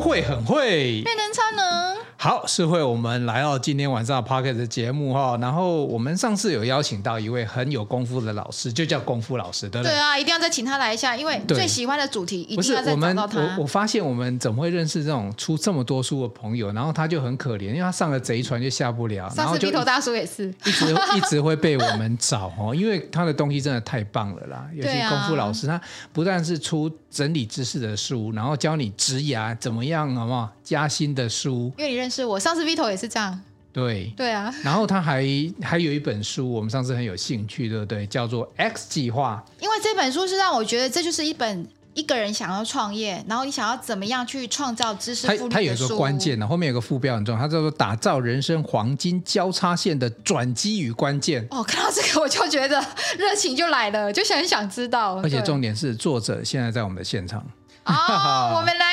会很会。变成超能，好，是会我们来到今天晚上 p o c k e t 的节目哈、然后我们上次有邀请到一位很有功夫的老师，就叫功夫老师，对不对对？啊，一定要再请他来一下，因为对最喜欢的主题一不定是要再我找们，到我他我。发现我们怎么会认识这种出这么多书的朋友？然后 他就很可怜，因为他上了贼船就下不了，然上后次就鼻一头大叔也是，一直 一直会被我们找哦，因为他的东西真的太棒了啦。尤其对啊功夫老师，他不但是出整理知识的书，然后教你职涯怎么样，好不好？加薪的书，因为你认识我，上次 Vito 也是这样，对。对 啊，然后他还还有一本书，我们上次很有兴趣，对不对？叫做《X 计划因为这本书是让我觉得这就是一本一个人想要创业，然后你想要怎么样去创造知》识它，复它利它有的一个书关，键啊呢，后面有个副标很重要，它叫做“打造人生黄金交叉线的转机与关键哦，看到这个我就觉得热情就来了，就想很想知”，道。而且对重点是作者现在在我们的现场。 哦，我们来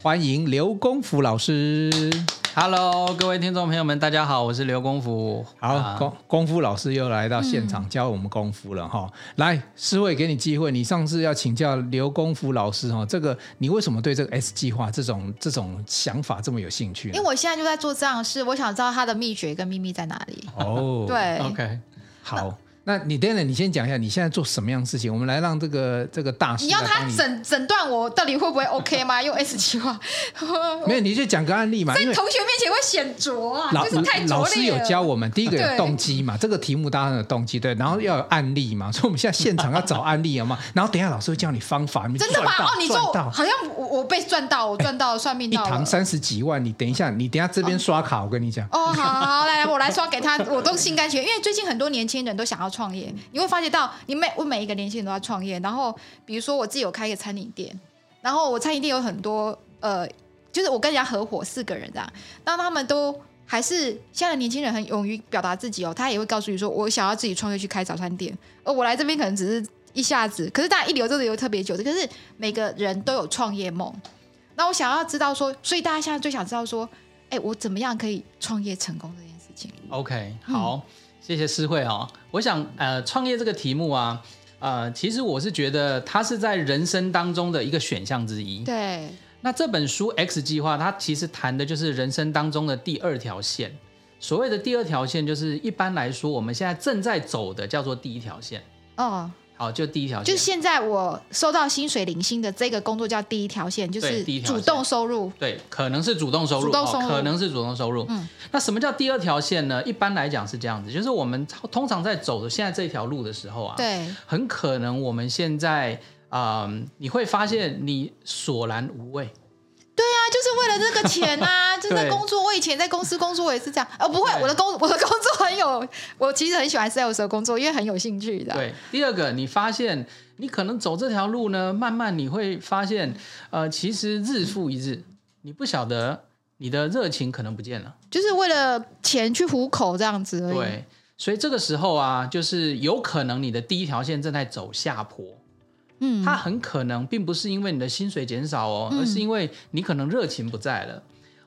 欢迎刘功夫老师。 Hello，各位听众朋友们，大家好，我是刘功夫。好，啊功功夫老师又来到现嗯场教我们功夫了哈、来，师会给你机会，你上次要请教刘功夫老师哈，这个你为什么对这个 S 计划这种这种想法这么有兴趣呢因为？我现在就在做这样的事，我想知道它的秘诀跟秘密在哪里。哦，，对 OK，好，那你等等，你先讲一下你现在做什么样的事情，我们来让这个这个大师你要来他帮你诊诊断我到底会不会 OK 吗？ 用 S 计划，没有，你就讲个案例嘛，因在为。同学面前会显拙啊，老就是太老拙师劣有了。教我们，第一个有对动机嘛，这个题目当然有动机，对，然后要有案例嘛，所以我们现在现场要找案例，好吗？然后等一下老师会教你方法，你真的赚吗？到哦，你赚说我到好像我我被赚到，我赚到了算命一到了堂。三十几万，你等一下，你等一下这边刷卡，我跟你讲，哦，好好好，来来，我来刷给他，我都心甘情愿，因为最近很多年轻人都想要创业，你会发觉到，你每我每一个年轻人都要创业，然后比如说我自己有开一个餐饮店，然后我餐饮店有很多呃，就是我跟人家合伙四个人这样，那他们都还是现在的年轻人很勇于表达自己哦，他也会告诉你说，我想要自己创业去开早餐店，而我来这边可能只是一下子，可是大家一留就留特别久，可是每个人都有创业梦。那我想要知道说，所以大家现在最想知道说，哎，我怎么样可以创业成功这件事情？ OK，好，嗯谢谢诗慧哦。我想，呃，创业这个题目啊，呃，其实我是觉得它是在人生当中的一个选项之一。对，那这本书《X 计划》，它其实谈的就是人生当中的第二条线。所谓的第二条线，就是一般来说我们现在正在走的叫做第一条线。哦，好，就第一条线。就现在我收到薪水零星的这个工作叫第一条线，就是对第一条主线动收入。对，可能是主动收入，主动收入哦、可能是主动收入。嗯，那什么叫第二条线呢？一般来讲是这样子，就是我们通常在走的现在这条路的时候啊，，对，很可能我们现在，啊，你会发现你索然无味。啊，就是为了这个钱 啊，就是在工作。我以前在公司工作，我也是这样。哦，不会，对我的工我的工作很有，我其实很喜欢 sales 的工作，因为很有兴趣的。，对，第二个，你发现你可能走这条路呢，慢慢你会发现，呃，其实日复一日，你不晓得你的热情可能不见了。就是为了钱去糊口这样子而已。对，所以这个时候啊，就是有可能你的第一条线正在走下坡。嗯，它很可能并不是因为你的薪水减少哦，嗯而是因为你可能热情不在了，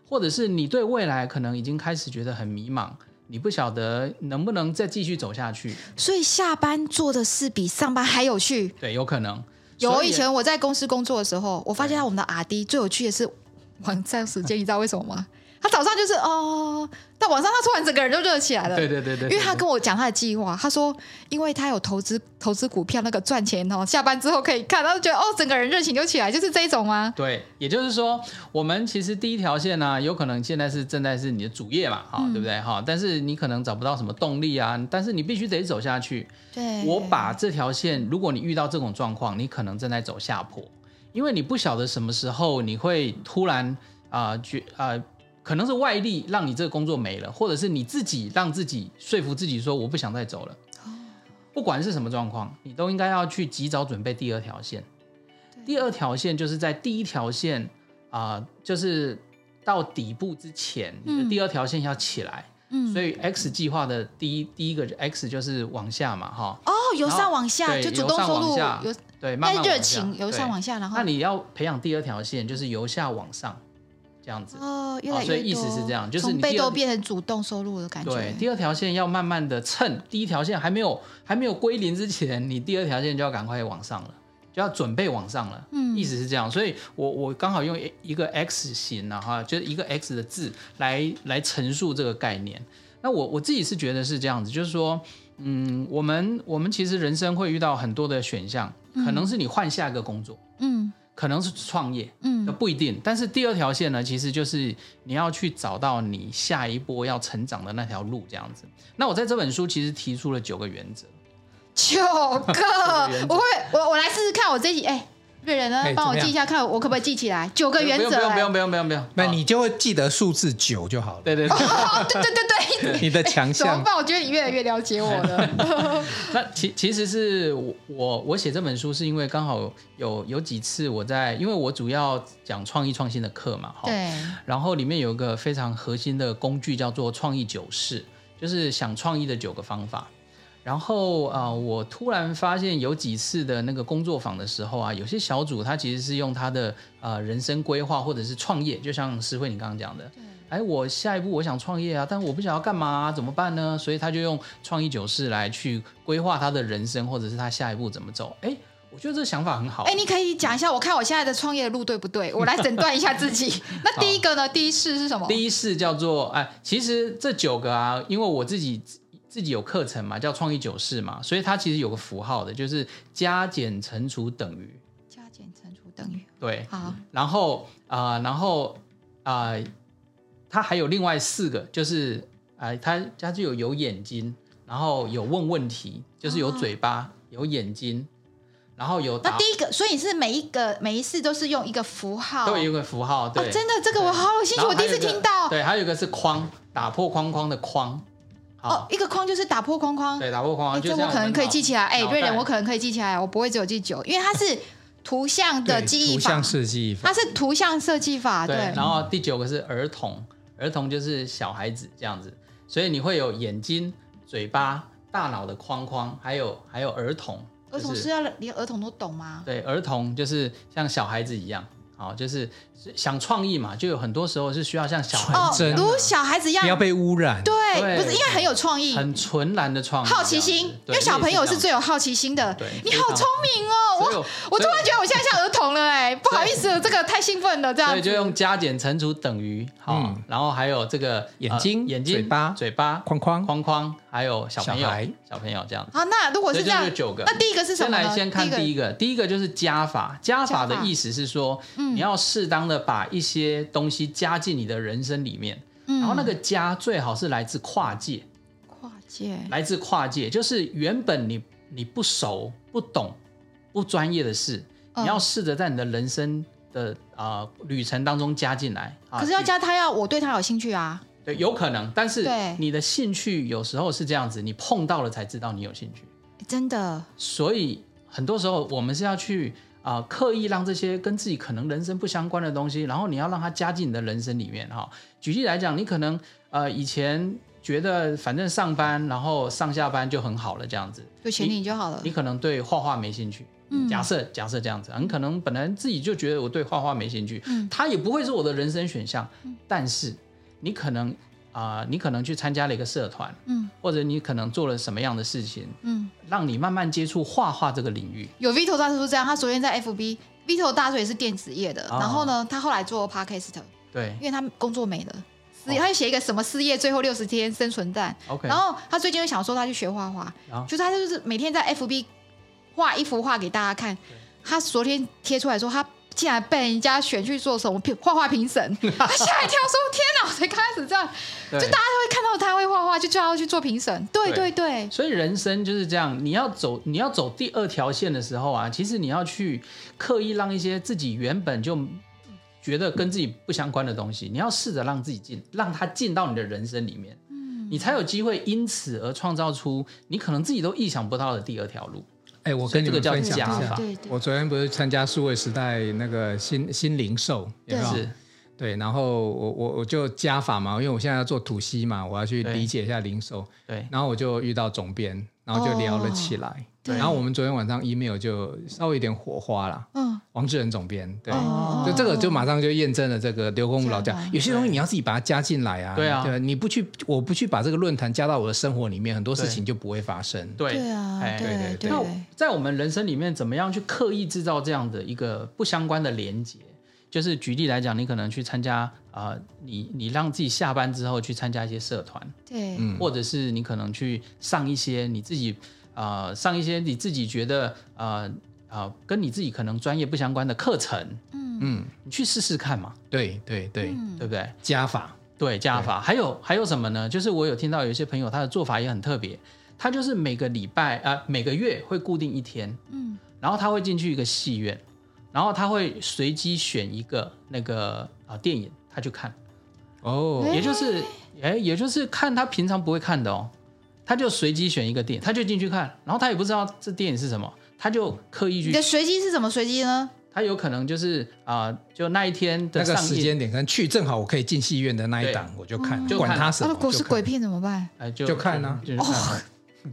或者是你对未来可能已经开始觉得很迷茫，你不晓得能不能再继续走下去。所以下班做的事比上班还有趣。对，有可能。有所以前我在公司工作的时候，我发现我们的阿迪最有趣的是晚上时间，你知道为什么吗？ 他早上就是哦，到晚上他突然整个人就热起来了。对对对对，因为他对跟我讲他的计划，他说，因为他有投资投资股票那个赚钱哦，下班之后可以看，他就觉得哦，整个人热情就起来，就是这一种吗？对，也就是说，我们其实第一条线呢、啊有可能现在是正在是你的主业嘛，嗯哈、对不对？哈，但是你可能找不到什么动力啊，但是你必须得走下去。对，我把这条线，如果你遇到这种状况，你可能正在走下坡，因为你不晓得什么时候你会突然啊觉啊，可能是外力让你这个工作没了，或者是你自己让自己说服自己说我不想再走了。哦不管是什么状况，你都应该要去及早准备第二条线。第二条线就是在第一条线啊、就是到底部之前，你嗯的第二条线要起来。嗯所以 X 计划的第一第一个 X 就是往下嘛，哈，哦，由上往下对就主动收入由上往下由对，慢那慢热往下情由上往。下，然对后那你要培养第二条线，就是由下往上这样子。哦越来越多，哦所以意思是这样就是从你被第二动变成主动收入的感觉。对，第二条线要慢慢的蹭第一条线还没有还没有归零之前，你第二条线就要赶快往上了。就要准备往上了。嗯意思是这样，所以我我刚好用一一个 X 型啊哈，就是一个 X 的字来来陈述这个概念。那我我自己是觉得是这样子，就是说，嗯，我们我们其实人生会遇到很多的选项，可能是你换下一个工作，嗯可能是创业，嗯呃不一定。但是第二条线呢，其实就是你要去找到你下一波要成长的那条路，这样子。那我在这本书其实提出了九个原则，九个，我会，我我来试试看，我这集哎，瑞仁呢哎，帮怎我么样记一下，看我可不可以记起来九个原则。不用不用哎不用不用不用不用，那好你就会记得数字九就好了。对对 对。哦，对对对对，你的强怎么项，办？我觉得你越来越了解我 了。那其其实是我我我写这本书是因为刚好有有几次我在，因为我主要讲创意创新的课嘛，哈，对，然后里面有一个非常核心的工具叫做创意九式，就是想创意的九个方法。然后啊、呃我突然发现有几次的那个工作坊的时候啊，有些小组他其实是用他的呃人生规划或者是创业，就像石慧你刚刚讲的，哎，我下一步我想创业啊，但我不想要干嘛、怎么办呢？所以他就用创意九式来去规划他的人生，或者是他下一步怎么走。哎，我觉得这个想法很好。哎，你可以讲一下，我看我现在的创业路对不 对？我来诊断一下自己。那第一个呢？第一式是什么？第一式叫做哎，其实这九个啊，因为我自己自己有课程嘛，叫创意九式嘛，所以它其实有个符号的，就是加减乘除等于加减乘除等于对，好，然后啊、呃然后啊、呃它还有另外四个，就是啊、呃它它就有有眼睛，然后有问问题，就是有嘴巴，有眼睛，然后有哦那答第一个，所以是每一个每一次都是用一个符号。都有一个符号，对，哦，真的，这个对我好有兴趣，然后我第一次还有个听到。对，还有一个是框，打破框框的框。好。哦，一个框就是打破框框。对，打破框哎框，哦就这像我可能们可以脑记起来。哎，脑瑞仁，袋我可能可以记起来，我不会只有记九，因为它是图像的对记忆图法像，式记忆法它。是图像设计法。对对，然后第九个是儿童，儿童就是小孩子这样子，所以你会有眼睛、嘴巴、大脑的框框，还有还有儿童，儿童就是要连儿童都懂吗？对，儿童就是像小孩子一样，好，就是想创意嘛，就有很多时候是需要像小孩哦子一纯真样如果小孩子一样不，要被污染。对，对不是因为很有创意、很纯然的创意，好奇这心样子，因对为小朋友类似是这最样有好奇心的对。你非好常聪明哦，所以我我突然所以觉得我现在像儿童了哎，不好意思，这个太兴奋了，这样所以就子。用加减乘除等于，好，嗯然后还有这个眼呃睛眼睛、嘴巴嘴巴、框框框框，还有小朋友小孩、小朋友这样子。好，那如果是所以这就样有，九个那第一个是什先么呢？来先看第一个，第一个就是加法。加法的意思是说，嗯你要适当的把一些东西加进你的人生里面，嗯然后那个加最好是来自跨界，跨界，来自跨界，就是原本你你不熟、不懂、不专业的事，嗯你要试着在你的人生的啊、呃旅程当中加进来。啊可是要举加他要我对他有兴趣啊。对，有可能，但是对你的兴趣有时候是这样子，你碰到了才知道你有兴趣。哎真的，所以很多时候我们是要去啊、呃刻意让这些跟自己可能人生不相关的东西，然后你要让它加进你的人生里面哈、举例来讲，你可能呃以前觉得反正上班然后上下班就很好了这样子，有钱领就好了你。可能对画画没兴趣。假设假设这样子，很可能本来自己就觉得我对画画没兴趣，嗯它也不会是我的人生选项。但是你可能啊、呃你可能去参加了一个社团，嗯或者你可能做了什么样的事情，嗯，让你慢慢接触画画这个领域。有 Vito 大叔这样，他昨天在 FB。Vito 大叔也是电子业的，哦然后呢，他后来做 Podcast，对因为他工作没了，失业哦他就写一个什么失业最后六十天生存战。 ，OK，然后他最近就想说他去学画画，然后就是他就是每天在 FB 画一幅画给大家看。他昨天贴出来说他。竟然被人家选去做什么评画画评 审，他吓一跳，说：“天哪！我才刚开始这样，对就大家都会看到他会画画，就叫他去做评审。”对对对对，所以人生就是这样，你要走你要走第二条线的时候啊，其实你要去刻意让一些自己原本就觉得跟自己不相关的东西，你要试着让自己进，让它进到你的人生里面，嗯你才有机会因此而创造出你可能自己都意想不到的第二条路。哎，我跟你所们以这个分叫享一加下法，对对我昨天不是参加数位时代那个新新零售，有没有对是，对，然后我我我就加法嘛，因为我现在要做土西嘛，我要去对理解一下零售，对，然后我就遇到总编，然后就聊了起来。哦对然后我们昨天晚上 email 就稍微有点火花啦，嗯，王志仁总编对。哦就这个就马上就验证了这个刘公武老这样家啊，有些东西你要自己把它加进来啊，对啊对吧，你不去，我不去把这个论坛加到我的生活里面，很多事对情就不会发生。对对啊，哎对对对对那我对，在我们人生里面，怎么样去刻意制造这样的一个不相关的连接？就是举例来讲，你可能去参加啊、呃你你让自己下班之后去参加一些社团，对，嗯或者是你可能去上一些你自己啊上一些你自己觉得呃啊跟你自己可能专业不相关的课程，嗯，你去试试看嘛，对对对，嗯对不对？加法，对加法，还有还有什么呢？就是我有听到有一些朋友他的做法也很特别，他就是每个礼拜啊、呃每个月会固定一天，嗯，然后他会进去一个戏院，然后他会随机选一个那个啊、呃电影他去看，哦，也就是哎也就是看他平常不会看的哦，他就随机选一个电影，他就进去看，然后他也不知道这电影是什么，他就刻意你的去，随机是怎么随机呢？他有可能就是啊、呃就那一天的那上个映时间点跟去正好我可以进戏院的那一对嗯档，我就看，就管看他什啊，么，如果就是看鬼片怎么办哎就就看啊就就哦看，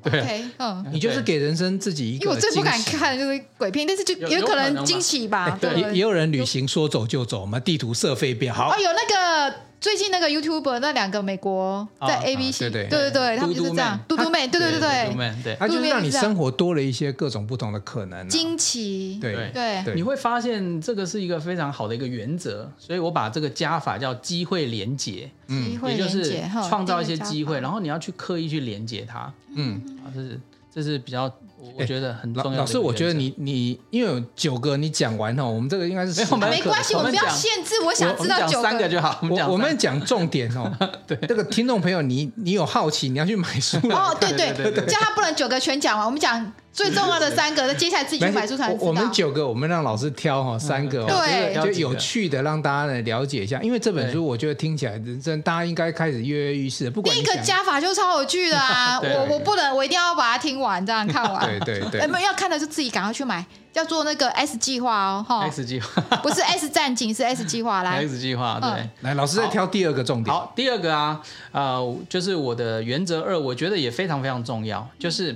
对啊。 ？OK，嗯，你就是给人生自己一个因为我最不敢惊喜看啊就是鬼片，但是就有有有可可能能吧惊喜吧，对也也哎有人旅行说走就走嘛，地图设飞镖，好哦，，有那个最近那个 YouTuber 那两个美国啊在啊 ABC，对对对对，他们就是这样，嘟嘟嘟妹嘟妹，对对我对，们对，它就是让你路边是这样生活多了一些各种不同的可能啊。惊奇，对对对，嗯你会发现这个是一个非常好的一个原则，所以我把这个加法叫机会连结，机会也就连是结哈创造一些机会，然后后你要去刻意去连接它，嗯，啊，这是这是比较我我觉得很重哎老要的一个老原则。师，我觉得你你因为有九个你讲完哦哈，我们这个应该是没有没有没关系，我我们们不要讲限制，我我想知我道们九讲三个就好，我们讲我我们三讲重点 哦，对，这个听众朋友，你你有好奇，你要去买书来哦，对对对对对，对叫他不能九个全讲完，我们讲最重要的三个，那接下来自己去买书才能我我知们道。九个，我们让老师挑哈三个哦，挑几个对就有趣的让大家来了解一下。因为这本对书我觉得听起来真真，大家应该开始跃跃欲试了。不管第一你个讲，加法就超有趣的啊，对我我不能，我一定要把它听完，这样看完。对对对 哎，没有要看的就自己赶快去买，叫做那个 S 计划哦，哈， X 计划不是 S 战警，是 S 计划来。 ，X 计划对嗯。来老师再挑第二个重点。好，第二个啊，呃，就是我的原则二，我觉得也非常非常重要，就是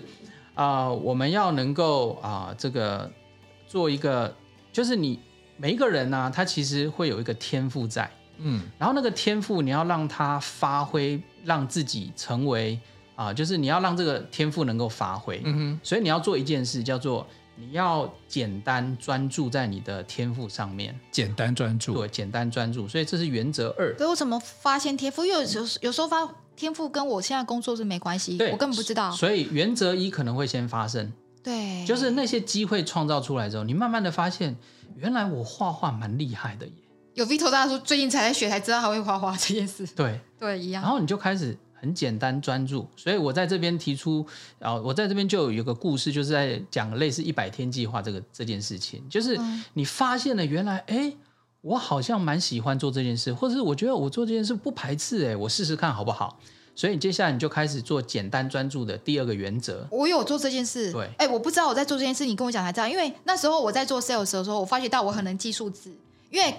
啊、呃我们要能够啊、这个做一个，就是你每一个人呢、他其实会有一个天赋在，嗯，然后那个天赋你要让他发挥，让自己成为啊、就是你要让这个天赋能够发挥，嗯哼，所以你要做一件事，叫做你要简单专注在你的天赋上面，简单专注，对，简单专注，所以这是原则二。可是我怎么发现天赋？因为有时候有时候发天赋跟我现在工作是没关系，对我根本不知道。所以原则一可能会先发生，对，就是那些机会创造出来之后，你慢慢的发现，原来我画画蛮厉害的耶。有 Vito 大叔最近才在学，才知道他会画画这件事。对，对，一然样。后你就开始很简单专注。所以我在这边提出，啊、我在这边就有一个故事，就是在讲类似一百天计划这个这件事情，就是嗯你发现了原来，哎，我好像蛮喜欢做这件事，或者是我觉得我做这件事不排斥，哎，我试试看好不好？所以你接下来你就开始做简单专注的第二个原则，我有做这件事，对哎、我不知道我在做这件事，你跟我讲才知道。因为那时候我在做 sales 的时候，我发觉到我很能记数字，因为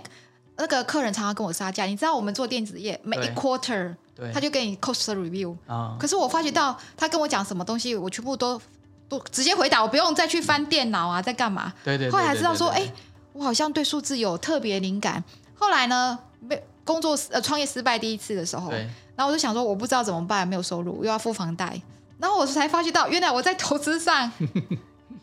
那个客人常常跟我杀价。你知道我们做电子业，每一对 quarter 对他就给你 cost review，啊，可是我发觉到他跟我讲什么东西，我全部都都直接回答，我不用再去翻电脑啊，在干嘛？对对对后来才知道说，对哎、对我好像对数字有特别灵感。后来呢，被工作失呃创业失败第一次的时候，对然后我就想说，我不知道怎么办，没有收入，又要付房贷，然后我才发觉到，原来我在投资 上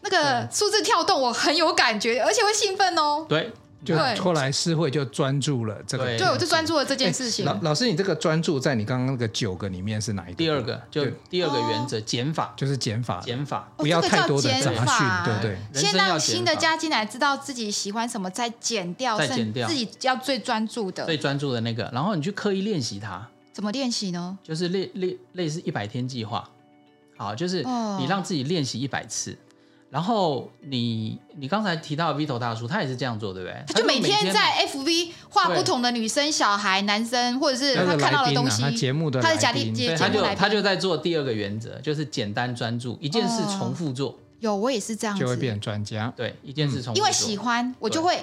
那个数字跳动，我很有感觉，而且会兴奋哦。对就对后来诗慧就专注了这个。对对，我就专注了这件事情。哎哦老老师，你这个专注在你刚刚那个九个里面是哪一个？第二个就对第二个原则减法，就是减法，减法，哦不要太多的这杂个叫减法讯，对不对？人先生要让减新法的加进来，知道自己喜欢什么，再减掉，再甚减掉自己要最专注的。最专注的那个，然后你去刻意练习它，怎么练习呢？就是类类类似一百天计划，好，就是哦你让自己练习一百次。然后你你刚才提到的 Vito 大叔，他也是这样做，对不对？他就每天在 FB 画对不同的女生、小孩、男生，或者是他他的看到来的宾东啊，西。他节目的他的来假定宾接对，节他目就来宾他就在做第二个原则，就是简单专注，一件事哦重复做，有，我也是这样子，就会变专家。 对，一件事重复做，因为喜，欢，我就会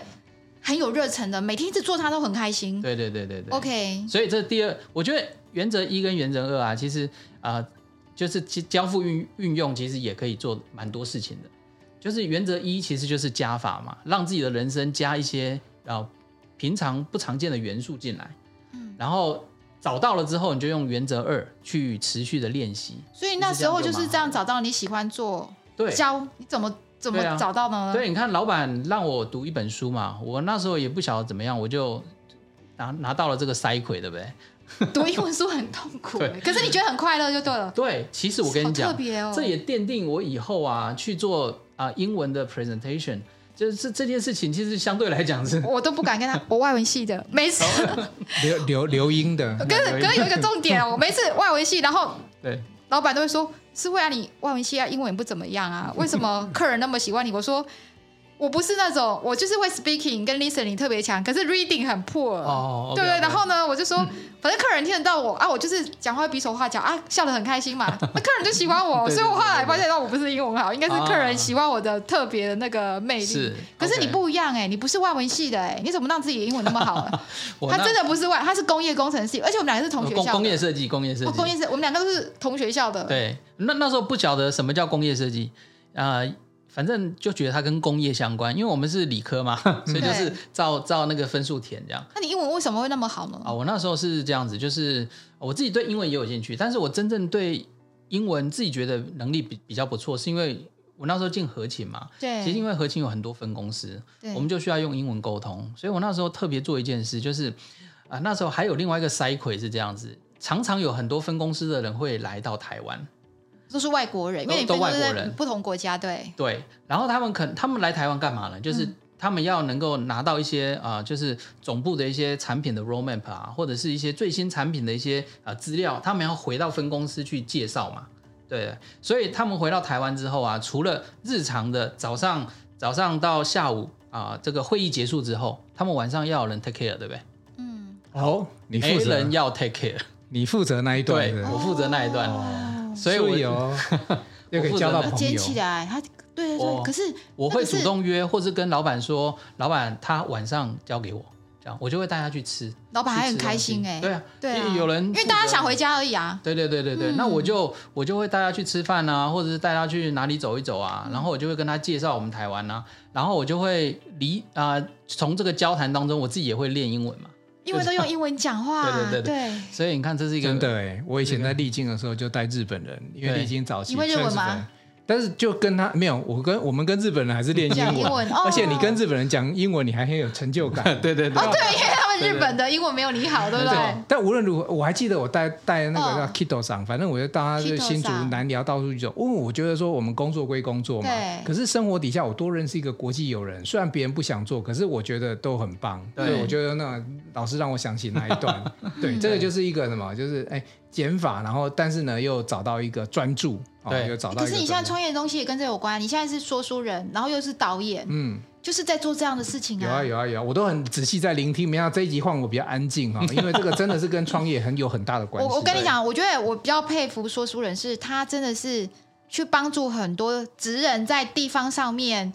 很有热忱的，每天一直做它都很开心。对对对对对 OK，所以这第二，我觉得原则一跟原则二啊，其实啊、呃就是其交付运运用，其实也可以做蛮多事情的。就是原则一，其实就是加法嘛，让自己的人生加一些呃平常不常见的元素进来。嗯，然后找到了之后，你就用原则二去持续的练习。所以那时候就是这样找到你喜欢做对，教，你怎么怎对啊么找到呢？ 对，你看老板让我读一本书嘛，我那时候也不晓得怎么样，我就拿拿到了这个塞葵，对不对？读英文书很痛苦对，可是你觉得很快乐就对了。对，其实我跟你讲好特，别哦，这也奠定我以后啊去做啊、英文的 presentation，就是这这件事情其实相对来讲是。我都不敢跟他， 我外文系的，每次哦留留留音 的，可是可是有一个重点哦，我每次外文系，然后 对，老板都会说：“是会啊，你外文系啊，英文也不怎么样 啊，为什么客人那么喜欢你？”我说：“我不是那种，我就是会 speaking 跟 listening 特别强，可是 reading 很破。哦，对不 OK，OK 对？然后呢，我就说，嗯反正客人听得到我啊，我就是讲话比手画脚啊，笑得很开心嘛，那客人就喜欢我， 对对对所以我后来发现到我不是英文好，应该是客人喜欢我的特别的那个魅力。啊是可是 OK 你不一样哎、你不是外文系的哎、你怎么让自己英文那么 好、啊？我他那真的不是外，他是工业工程系，而且我们两个是同学工校工业的，设计，工业设哦计，工业是，我们两个都是同学校的。对，那那时候不晓得什么叫工业设计，呃，反正就觉得它跟工业相关，因为我们是理科嘛， 所以就是对照照那个分数填这样。那你英文为什么会那么好呢？啊，我那时候是这样子，就是呃我自己对英文也有兴趣，但是我真正对英文自己觉得能力比比较不错，是因为我那时候进合勤嘛，对，其实因为合勤有很多分公司，对我们就需要用英文沟通，所以我那时候特别做一件事，就是啊、那时候还有另外一个塞葵是这样子，常常有很多分公司的人会来到台湾。都是外国人，因都为你分都都外是国在人不同国家，对，对，然后他们可他们来台湾干嘛呢？就是他们要能够拿到一些啊、呃就是总部的一些产品的 roadmap 啊，或者是一些最新产品的一些啊资料，他们要回到分公司去介绍嘛。对，所以他们回到台湾之后啊，除了日常的早上早上到下午啊、这个会议结束之后，他们晚上要有人 take care，对不对？嗯，哦，你没负责哎哦人，要 take care，你负责那一段对是不是我负责那一段，哦所以我注意 哦，又可以交到朋捡友。起来，他对对我对，可是我那会个是主动约，或是跟老板说，老板他晚上交给我，这样我就会带他去吃。老板还很开心哎、哎，对啊，对啊，因为有人因为大家想回，家而已啊，对对对对对，嗯那我就我就会带他去吃饭啊，或者是带他去哪里走一走啊，嗯然后我就会跟他介绍我们台湾啊，然后我就会离啊、从这个交谈当中，我自己也会练英文嘛，因为都用英文讲话，对对对所以你看这是一个真的 哎，我以前在历经的时候就带日本人，因为对历经早期你会日虽然文是吗本人？但是就跟他没有，我跟我们跟日本人还是练英讲文，英文哦而且你跟日本人讲英文，你还很有成就感。对对对，哦对，因为他们日本的英文没有你好，对不没对错？但无论如何，我还记得我带带那个嗯叫 Kido 上，反正我就带他去 Kido 新竹桑南寮到处去走。因为我觉得说我们工作归工作嘛对，可是生活底下我多认识一个国际友人，虽然别人不想做，可是我觉得都很棒。对对，我觉得那老师让我想起那一段， 对，这个就是一个什么，就是哎减法，然后但是呢又找到一个专注，哦对又找到可一个专注。是你现在创业的东西也跟这有关，你现在是说书人，然后又是导演，嗯。就是在做这样的事情有啊有啊有啊，我都很仔细在聆听。没想到这一集换我比较安静哈，因为这个真的是跟创业很有很大的关系。我我跟你讲，我觉得我比较佩服说书人是，他真的是去帮助很多职人在地方上面，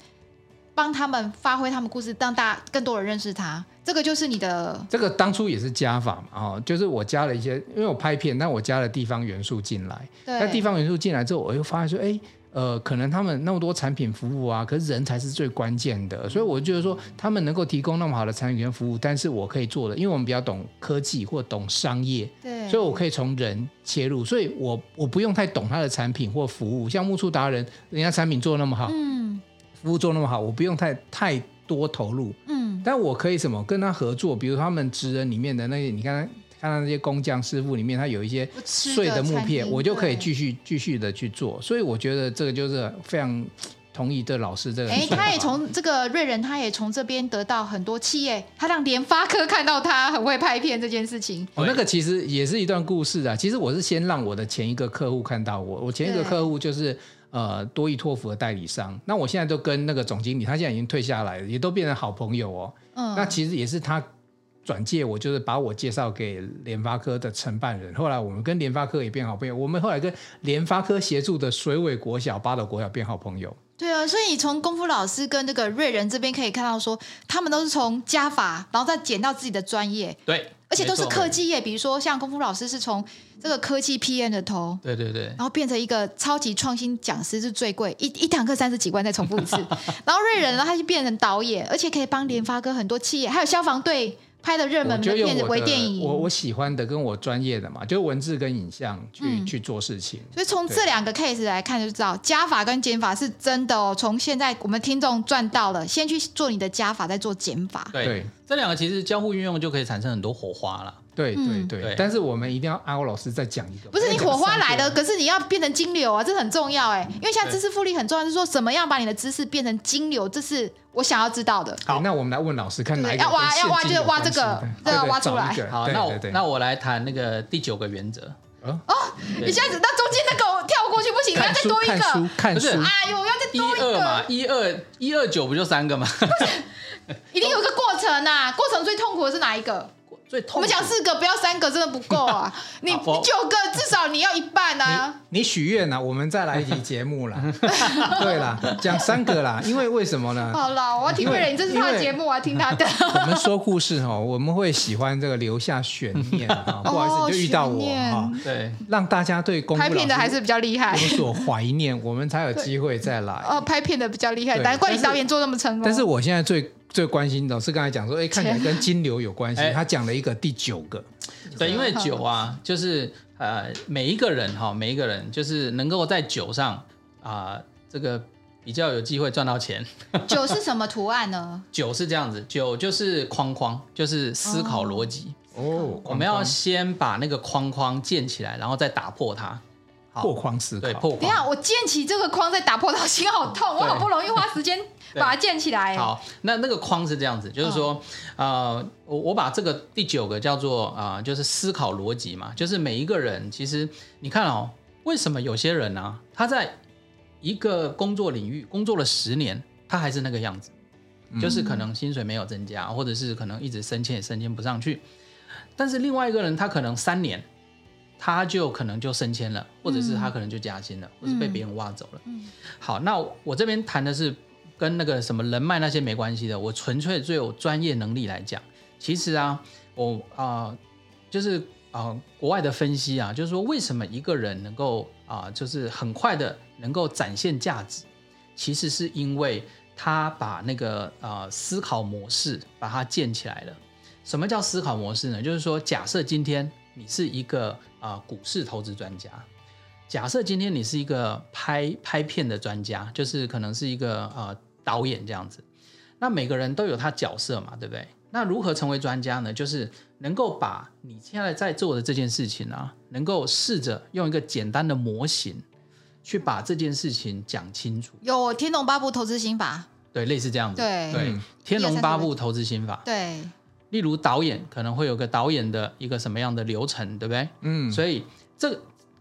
帮他们发挥他们故事，让大家更多人认识他。这个就是你的这个当初也是加法嘛，哦，就是我加了一些，因为我拍片，但我加了地方元素进来。那对地方元素进来之后，我又发现说，哎，呃，可能他们那么多产品服务啊，可是人才是最关键的。所以我就觉得说，他们能够提供那么好的产品跟服务，但是我可以做的，因为我们比较懂科技或懂商业，对，所以我可以从人切入，所以我我不用太懂他的产品或服务。像木触达人，人家产品做得那么好，嗯服务做那么好，我不用太太多投入，嗯但我可以什么跟他合作，比如他们职人里面的那些，你看他看到那些工匠师傅里面，他有一些吃的碎的木餐片，厅我就可以对继续继续的去做，所以我觉得这个就是非常同意这老师这个说哎，法。他也从这个瑞仁，他也从这边得到很多企业，他让联发科看到他很会拍片这件事情。哦，对那个其实也是一段故事啊。其实我是先让我的前一个客户看到我，我前一个对客户就是呃多益托福的代理商。那我现在都跟那个总经理，他现在已经退下来了，也都变成好朋友哦。那嗯，其实也是他转介我，就是把我介绍给联发科的承办人。后来我们跟联发科也变好朋友，我们后来跟联发科协助的水尾国小、八斗国小变好朋友。对啊，所以你从功夫老师跟这个瑞仁这边可以看到说，他们都是从加法，然后再减到自己的专业，对而且都是没错科技业，比如说像功夫老师是从这个科技 PM 的头，对对对然后变成一个超级创新讲师是最贵，一一堂课三十几万，再重复一次。然后瑞仁呢，他就变成导演，而且可以帮联发科很多企业，还有消防队拍的热我门就的用片子我为的电影。我我喜欢的跟我专业的嘛，就是文字跟影像去、嗯去做事情。所以从对这两个 case 来看就知道，加法跟减法是真的哦。从现在我们听众赚到了，先去做你的加法，再做减法。对对这两个其实交互运用就可以产生很多火花了。对对嗯对，对但是我们一定要阿欧老师再讲一个，不是你再讲火花三个来了，可是你要变成金流啊，这很重要哎。因为现在对知识复利很重要，是说怎么样把你的知识变成金流，这是我想要知道的。好，哎那我们来问老师看哪一个对要挖跟现要挖金就是有挖关这系个对这个对挖出找一来个好，对那对我对那我来谈那个第九个原则，哦对你现在只到中间那个我跳过去不行，你要看再书多一看个书。看不是书，哎呦，我要再一多一二嘛个，，一二一二九不就三个吗？一定有一个过程呐、过程最痛苦的是哪一个？最痛苦我们讲四个，不要三个，真的不够 啊！你你好我九个至少你要一半啊！你许愿啦，我们再来一集节目啦。 对啦，讲三个啦，因为为什么呢？好啦，我要听因为瑞仁，这是他因的为节目，我要听他 的。我们说故事哈，我们会喜欢这个留下悬念 啊，不好意思，哦你就遇到我悬念哈，对让大家对功夫拍片的还是比较 厉害有，所怀念，我们才有机会再来。哦，拍片的比较厉害，对难怪但你是导演做那么成功。但是我 现在最最关心的是刚才讲说，哎，看起来跟金流有关系哎，他讲了一个第九个，对，因为九啊，就是呃每一个人哈，每一个人就是能够在九上啊、这个比较有机会赚到钱。 九是什么图案呢？九是这样子，九就是框框，就是思考逻辑。哦，我们要先把那个框框建起来，然后再打破它。好破框思对，考。破等一框。下，我建起这个框再打破到心好痛，我对好不容易花时间对把它建起来。好，那那个框是这样子，就是说，呃，我我把这个第九个叫做啊、呃就是思考逻辑嘛，就是每一个人其实你看哦，为什么有些人呢、啊，他在一个工作领域工作了十年，他还是那个样子，嗯就是可能薪水没有增加，或者是可能一直升迁也升迁不上去，但是另外一个人他可能三年。他就可能就升迁了，或者是他可能就加薪了，或是被别人挖走了。嗯好，那我这边谈的是跟那个什么人脉那些没关系的，我纯粹最有专业能力来讲。其实啊，我啊、就是啊、国外的分析啊，就是说为什么一个人能够啊、就是很快的能够展现价值，其实是因为他把那个啊思考模式把它建起来了。什么叫思考模式呢？就是说，假设今天你是一个啊、股市投资专家，假设今天你是一个拍拍片的专家，就是可能是一个呃导演这样子，那每个人都有他角色嘛，对不对？那如何成为专家呢？就是能够把你现在在做的这件事情啊，能够试着用一个简单的模型去把这件事情讲清楚。有《天龙八部投资心法对，类似这样》，子。对对，嗯天龙八部投资心法》，对，例如导演可能会有个导演的一个什么样的流程，对不对？嗯，所以这个，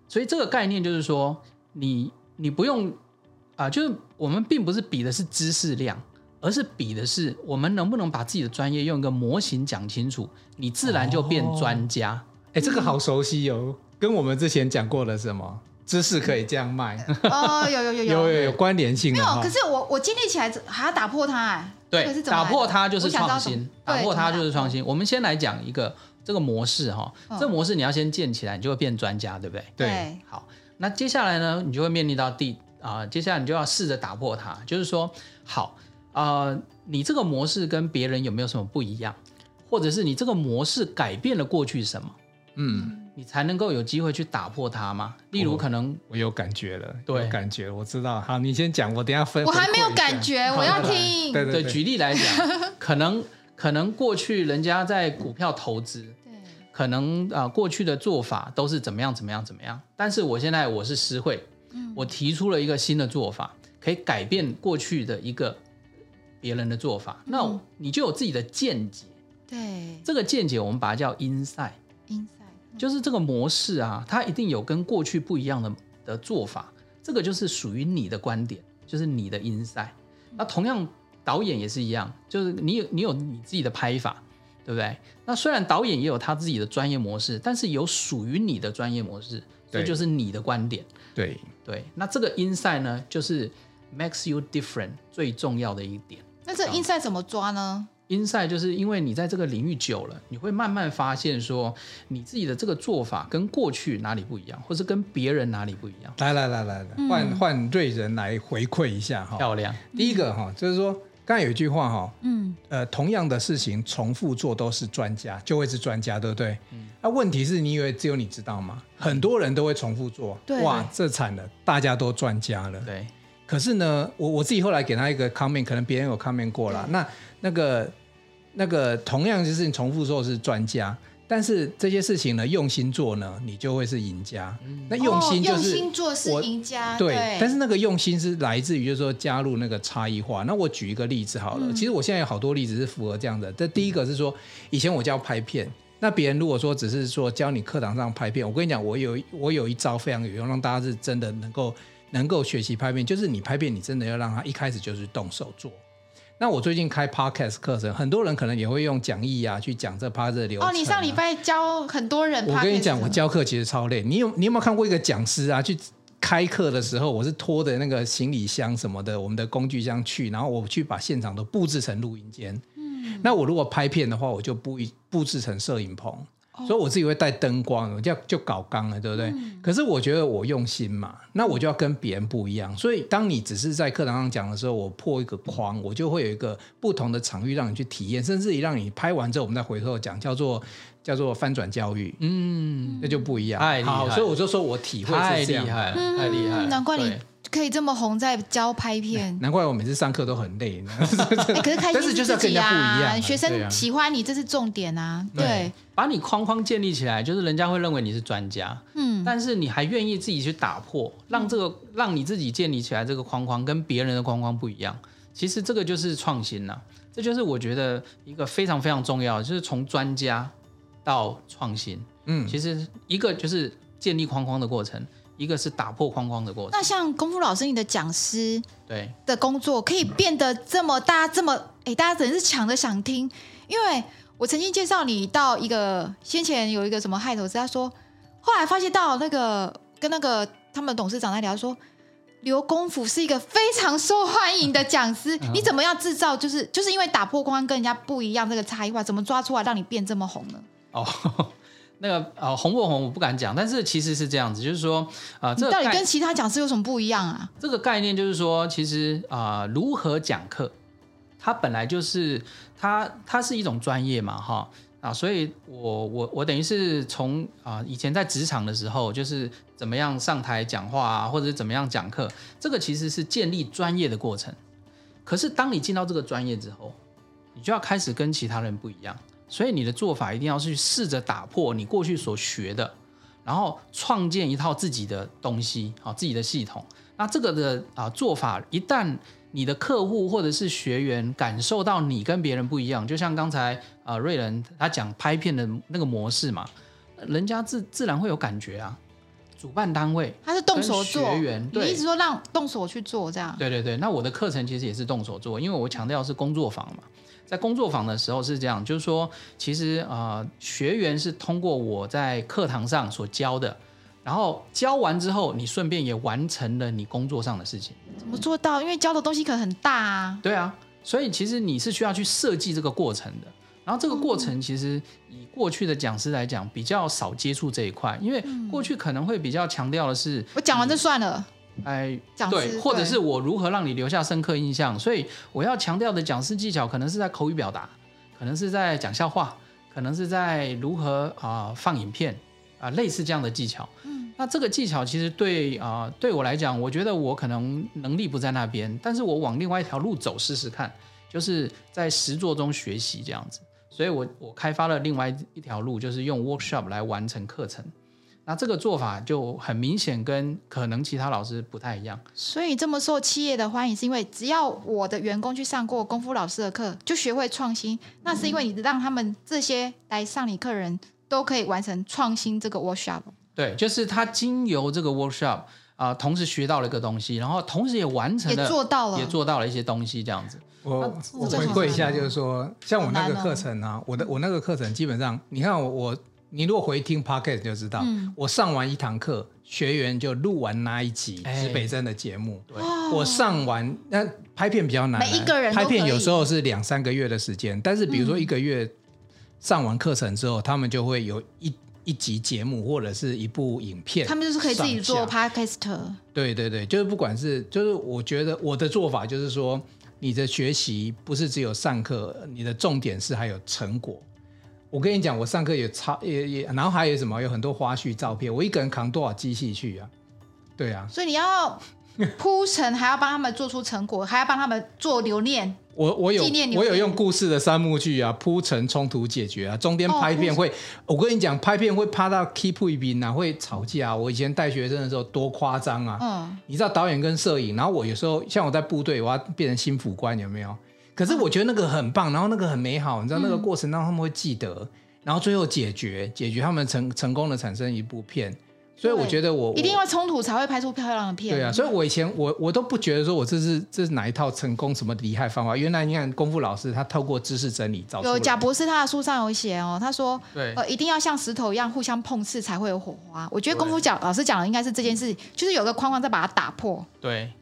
所以这个概念就是说，你你不用啊、就是我们并不是比的是知识量，而是比的是我们能不能把自己的专业用一个模型讲清楚，你自然就变专家。哎，这个好熟悉哦，跟我们之前讲过的什么知识可以这样卖，哦，有有有有有有关联性没的有哈，。可是我我建立起来还要打破它哎，这个对，是怎么来打的破它就是创我想知新道，怎么打破它就是创。对新。我们先来讲一个这个模式哈、嗯这模式你要先建起来，你就会变专家，对不对？怎么对，来好，那接下来呢，你就会面临到第啊、接下来你就要试着打破它，就是说，好，呃，你这个模式跟别人有没有什么不一样，或者是你这个模式改变了过去什么，嗯，你才能够有机会去打破它吗？例哦如，可能、我有感觉了，对有感觉了，我知道。好，你先讲，我等一下分。我还回馈没有一下感觉，好我要来听。对对对对，举例来讲，可能可能过去人家在股票投资，对可能啊、呃过去的做法都是怎么样怎么样怎么样，但是我现在我是实惠，我提出了一个新的做法，可以改变过去的一个别人的做法，那你就有自己的见解。对这个见解我们把它叫 insight， ，inside 就是这个模式啊，它一定有跟过去不一样的的做法，这个就是属于你的观点，就是你的 insight。那同样，导演也是一样，就是你有你有你自己的拍法，对不对？那虽然导演也有他自己的专业模式，但是有属于你的专业模式，这对就是你的观点。对，对，那这个 insight 呢，就是 makes you different 最重要的一点。那这 inside 怎么抓呢？ inside 就是因为你在这个领域久了，你会慢慢发现说你自己的这个做法跟过去哪里不一样，或是跟别人哪里不一样。来来来来来，换换瑞仁来回馈一下哈。漂亮，第一个哈，就是说刚才有一句话哈，嗯，呃，同样的事情重复做都是专家，就会是专家，对不对？那、问题是你以为只有你知道吗？很多人都会重复做，对哇对，这惨了，大家都专家了。对，可是呢，我我自己后来给他一个 comment，可能别人有 comment 过了。那那个那个同样就是你重复说是专家，但是这些事情呢，用心做呢，你就会是赢家。那用心就哦、用是、心做是我赢家，对，但是是那个用心是来自于就是说加入那个差异化。那我举一个例子好了，嗯其实我现在有好多例子是符合这样的。这第一个是说，以前我教拍片，那别人如果说只是说教你课堂上拍片，我跟你讲，我有我有一招非常有用，让大家是真的能够能够学习拍片，就是你拍片，你真的要让他一开始就是动手做。那我最近开 podcast 课程，很多人可能也会用讲义啊去讲这 p a 的流程、啊。哦，你上礼拜教很多人，我跟你讲，我。教课其实超累。你有你有没有看过一个讲师啊？去开课的时候，我是拖着那个行李箱什么的，我们的工具箱去，然后我去把现场都布置成录音间。嗯，那我如果拍片的话，我就布一布置成摄影棚。所以我自己会带灯光，我就就搞刚了，对不对？可是我觉得我用心嘛，那我就要跟别人不一样。所以当你只是在课堂上讲的时候，我破一个框，我就会有一个不同的场域让你去体验，甚至于让你拍完之后，我们再回头讲，叫做叫做翻转教育。嗯，那就不一样。太厉害好，所以我就说我体会太是这厉样。害了，太厉害了，嗯，难怪你对可以这么红，在教拍片。难怪我每次上课都很累，哎可是开心但是就是自要跟人己家不一啊，样学对啊生喜欢你，这是重点啊。对对，把你框框建立起来，就是人家会认为你是专家，嗯，但是你还愿意自己去打破，让这个让你自己建立起来这个框框跟别人的框框不一样。其实这个就是创新呐、啊这就是我觉得一个非常非常重要的，就是从专家到创新。嗯，其实一个就是建立框框的过程，一个是打破框框的过程。那像功夫老师，你的讲师对，的工作可以变得这么大，这么哎，大家真是抢着想听，因为我曾经介绍你到一个先前有一个什么害投资，他说后来发现到那个跟那个他们董事长在聊说。刘功夫是一个非常受欢迎的讲 师，嗯你怎么样制造？就是就是因为打破光跟人家不一样这个差异化，怎么抓出来让你变这么红呢？哦， 那个呃红不红我不敢讲，但是其实是这样子，就是说啊、呃，你这个到底概跟其他讲师有什么不一样啊？这个概念就是说，其实啊、呃如何讲课，它本来就是它它是一种专业嘛，哈啊，所以我我我等于是从啊、以前在职场的时候，就是怎么样上台讲话啊，或者是怎么样讲课，这个其实是建立专业的过程。可是当你进到这个专业之后，你就要开始跟其他人不一样，所以你的做法一定要去试着打破你过去所学的，然后创建一套自己的东西，好自己的系统。那这个的啊做法，一旦你的客户或者是学员感受到你跟别人不一样，就像刚才啊瑞仁他讲拍片的那个模式嘛，人家自自然会有感觉啊。主办单位他是动手做，跟学员你对一直说让动手去做这样。对对对，那我的课程其实也是动手做，因为我强调是工作坊嘛。在工作坊的时候是这样，就是说，其实呃，学员是通过我在课堂上所教的，然后教完之后，你顺便也完成了你工作上的事情。怎么做到？因为教的东西可能很大啊。对啊，所以其实你是需要去设计这个过程的。然后这个过程其实以过去的讲师来讲，比较少接触这一块，因为过去可能会比较强调的是，我讲完就算了，哎，讲师对，或者是我如何让你留下深刻印象。所以我要强调的讲师技巧，可能是在口语表达，可能是在讲笑话，可能是在如何啊、放影片啊、类似这样的技巧。嗯，那这个技巧其实对啊、对我来讲，我觉得我可能能力不在那边，但是我往另外一条路走试试看，就是在实作中学习这样子。所以我我开发了另外一条路，就是用 workshop 来完成课程。那这个做法就很明显跟可能其他老师不太一样。所以这么受企业的欢迎，是因为只要我的员工去上过功夫老师的课，就学会创新。那是因为你让他们这些来上你课的人都可以完成创新这个 workshop。对，就是他经由这个 workshop 啊、同时学到了一个东西，然后同时也完成了，也做到了也做到了一些东西，这样子。我那我这回种馈一是下，难哦就是说，像我那个课程啊，我的我那个课程基本上，你看我我你如果回听 podcast 就知道，嗯我上完一堂课，学员就录完那一集哎指北针的节目。对我上完那拍片比较难啊，每一个人都拍片可以嗯有时候是两三个月的时间，但是比如说一个月上完课程之后，他们就会有一一集节目或者是一部影片，他们就是可以自己做上架 podcast，对对对，就是不管是就是我觉得我的做法就是说，你的学习不是只有上课，你的重点是还有成果。我跟你讲，我上课也超也也，然后还有什么有很多花絮照片，我一个人扛多少机器去啊？对啊，所以你要铺陈，还要帮他们做出成果，还要帮他们做留念。我我有纪念留我念有用故事的三幕剧啊，铺陈冲突解决啊，中间哦拍片会，我跟你讲，拍片会拍到 keep 一兵啊，会吵架、啊。我以前带学生的时候多夸张啊，嗯，你知道导演跟摄影，然后我有时候像我在部队，我要变成新辅官，有没有？可是我觉得那个很棒，然后那个很美好，你知道那个过程当中他们会记得，然后最后解决解决他们成成功的产生一部片，所以我对觉得我一定我要冲突才会拍出漂亮的片。对啊，所以我以前我我都不觉得说我这是这是哪一套成功什么厉害方法，原来你看功夫老师他透过知识整理找出有贾来，博士他的书上有写哦，他说，对呃，一定要像石头一样互相碰刺才会有火花。我觉得对功夫讲老师讲的应该是这件事，就是有个框框再把它打破。对，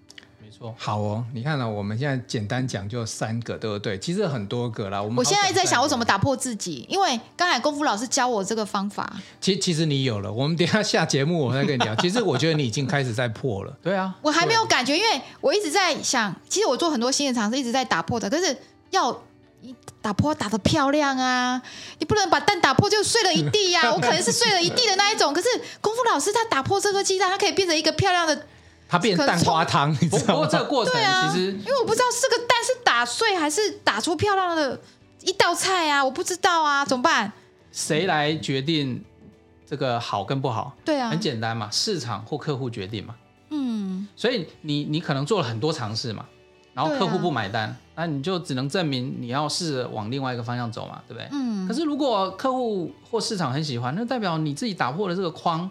没错。好哦，你看了、我们现在简单讲就三个，对不对？其实很多个啦。我们我现在在想我怎么。么打破自己，因为刚才功夫老师教我这个方法，其其实你有了，我们等一下下节目我再跟你 聊。其实我觉得你已经开始在破了，对啊，我还没有感觉，因为我一直在想，其实我做很多新的尝试，一直在打破的，可是要。你打破打得漂亮啊！你不能把蛋打破就碎了一地呀、我可能是碎了一地的那一种，可是功夫老师他打破这个鸡蛋，它可以变成一个漂亮的它变蛋花汤，你不知不道过吗这？个过程对啊，其实因为我不知道这个蛋是打碎还是打出漂亮的一道菜啊，我不知道啊，怎么办？谁来决定这个好跟不好？对啊很，简单嘛，市场或客户决定嘛。嗯，所以你你可能做了很多尝试嘛，然后对啊客户不买单，那你就只能证明你要试着往另外一个方向走嘛，对不对？嗯。可是如果客户或市场很喜欢，那代表你自己打破了这个框，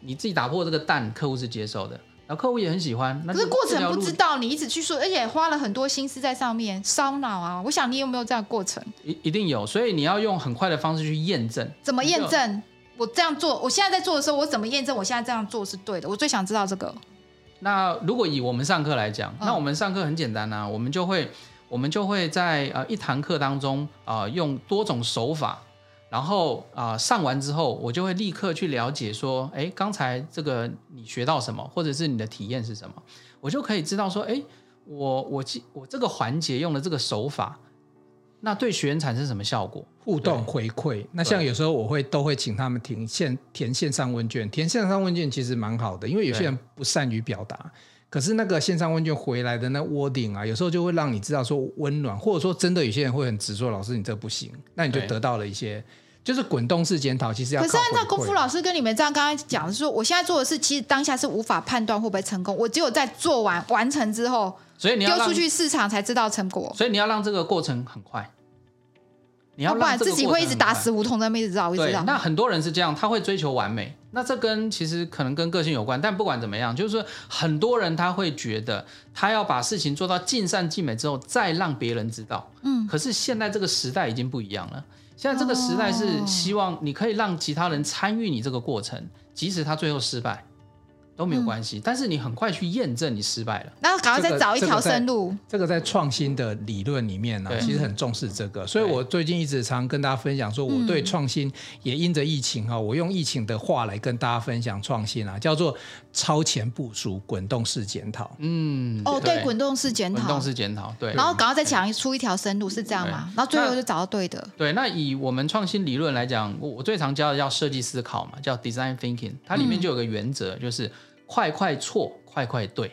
你自己打破这个蛋，客户是接受的，然后客户也很喜欢。那可就是过这程条不路知道，你一直去说，而且花了很多心思在上面，烧脑啊。我想你有没有这样的过程？一一定有，所以你要用很快的方式去验证。怎么验证？我这样做，我现在在做的时候，我怎么验证我现在这样做是对的？我最想知道这个。那如果以我们上课来讲，嗯那我们上课很简单啊，我们就会我们就会在呃一堂课当中啊、呃用多种手法，然后啊、呃上完之后，我就会立刻去了解说，哎，刚才这个你学到什么，或者是你的体验是什么，我就可以知道说，哎，我我记我这个环节用了这个手法，那对学员产生什么效果？互动回馈，那像有时候我会都会请他们填线填线上问卷，填线上问卷其实蛮好的，因为有些人不善于表达，可是那个线上问卷回来的那 wording 啊，有时候就会让你知道说温暖，或者说真的有些人会很直说，老师你这不行，那你就对得到了一些就是滚动式检讨，其实要可是靠按照回功馈夫老师跟你们这样刚刚讲的说，我现在做的事，其实当下是无法判断会不会成功，我只有在做完完成之后所以你要丢让出去市场才知道成果。所以你要让这个过程很快，你要哦要不让然这个自己过会程一直很打快死胡同在那边一直绕，一直对绕，。那很多人是这样，他会追求完美。那这跟其实可能跟个性有关，但不管怎么样，就是说很多人他会觉得他要把事情做到尽善尽美之后，再让别人知道。嗯，可是现在这个时代已经不一样了，现在这个时代是哦希望你可以让其他人参与你这个过程，即使他最后失败都嗯没有关系，但是你很快去验证你失败了。然后赶快再找一条生路。这个在创新的理论里面呢、对其实很重视这个，所以我最近一直常跟大家分享嗯说，我对创新也因着疫情哈、我用疫情的话来跟大家分享创新啊，叫做超前部署、滚动式检讨。嗯，哦，对，滚动式检滚讨动，式检讨，对，然后赶快再想出一条生路，是这样吗？然后最后就找到对的。对，那以我们创新理论来讲，我我最常教的叫设计思考嘛，叫 design thinking，它里面就有个原则，就是快快错，快快对，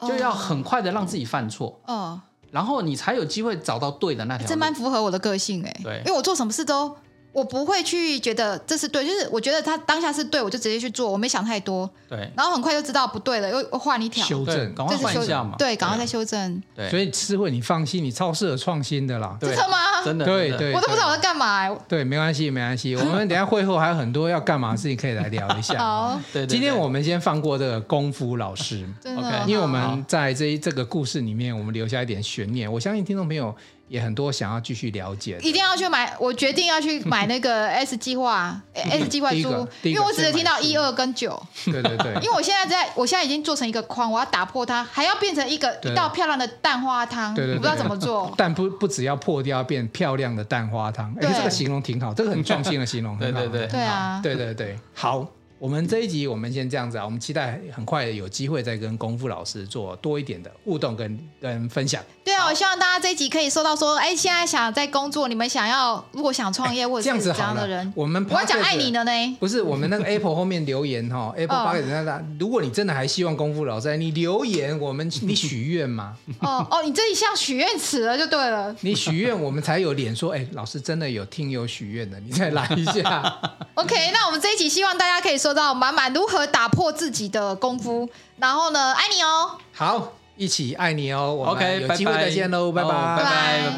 就要很快的让自己犯错，哦，然后你才有机会找到对的那条这蛮路。符合我的个性哎、对因为我做什么事都我不会去觉得这是对，就是我觉得他当下是对，我就直接去做，我没想太多，对然后很快就知道不对了，又又换一条，修对，正，赶这快是换修一下嘛。对，赶快再啊修正，对，所以思慧你放心，你超适合创新的啦。对真的吗？真的，对真的对我都不知道我在干嘛哎、对，没关系，没关 系。我们等一下会后还有很多要干嘛的事情可以来聊一下。好，对对对啊今天我们先放过这个功夫老 师，真的哦 OK，好，哎因为我们在这一这个故事里面，我们留下一点悬念。我相信听众朋友也很多想要继续了解的。一定要去买，我决定要去买 那个 S 计划 S 计划第一个书，第一因个为我只能听到先买书一二跟九，对对对因为我现在在，我现在已经做成一个框，我要打破它，还要变成一个对一道漂亮的蛋花汤，对对对。我不知道怎么做但不不只要破掉变漂亮的蛋花汤，哎，对这个形容挺好，这个很创新的 形容，对很好对对对啊，对对对，好，我们这一集我们先这样子啊，我们期待很快有机会再跟功夫老师做多一点的互动跟跟分享。对啊，我希望大家这一集可以收到说，哎，现在想在工作，你们想要如果想创业或哎这者样是子怎好样了的人，，我们我要讲 podcast- 爱你的呢。不是我们那 个 Apple 后面留言哈，Apple 哦 p o c a 如果你真的还希望功夫老师哎来，你留言我们 你许愿嘛，哦哦，你这一下许愿池了就对了，你许愿我们才有脸说， 哎，老师真的有听友许愿的，你再来一下。 OK，那我们这一集希望大家可以收到满满如何打破自己的功夫，然后呢，爱你哦。好，一起爱你哦，我们 OK，有机会拜拜再见喽，拜哦拜拜拜拜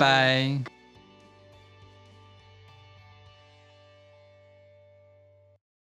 拜。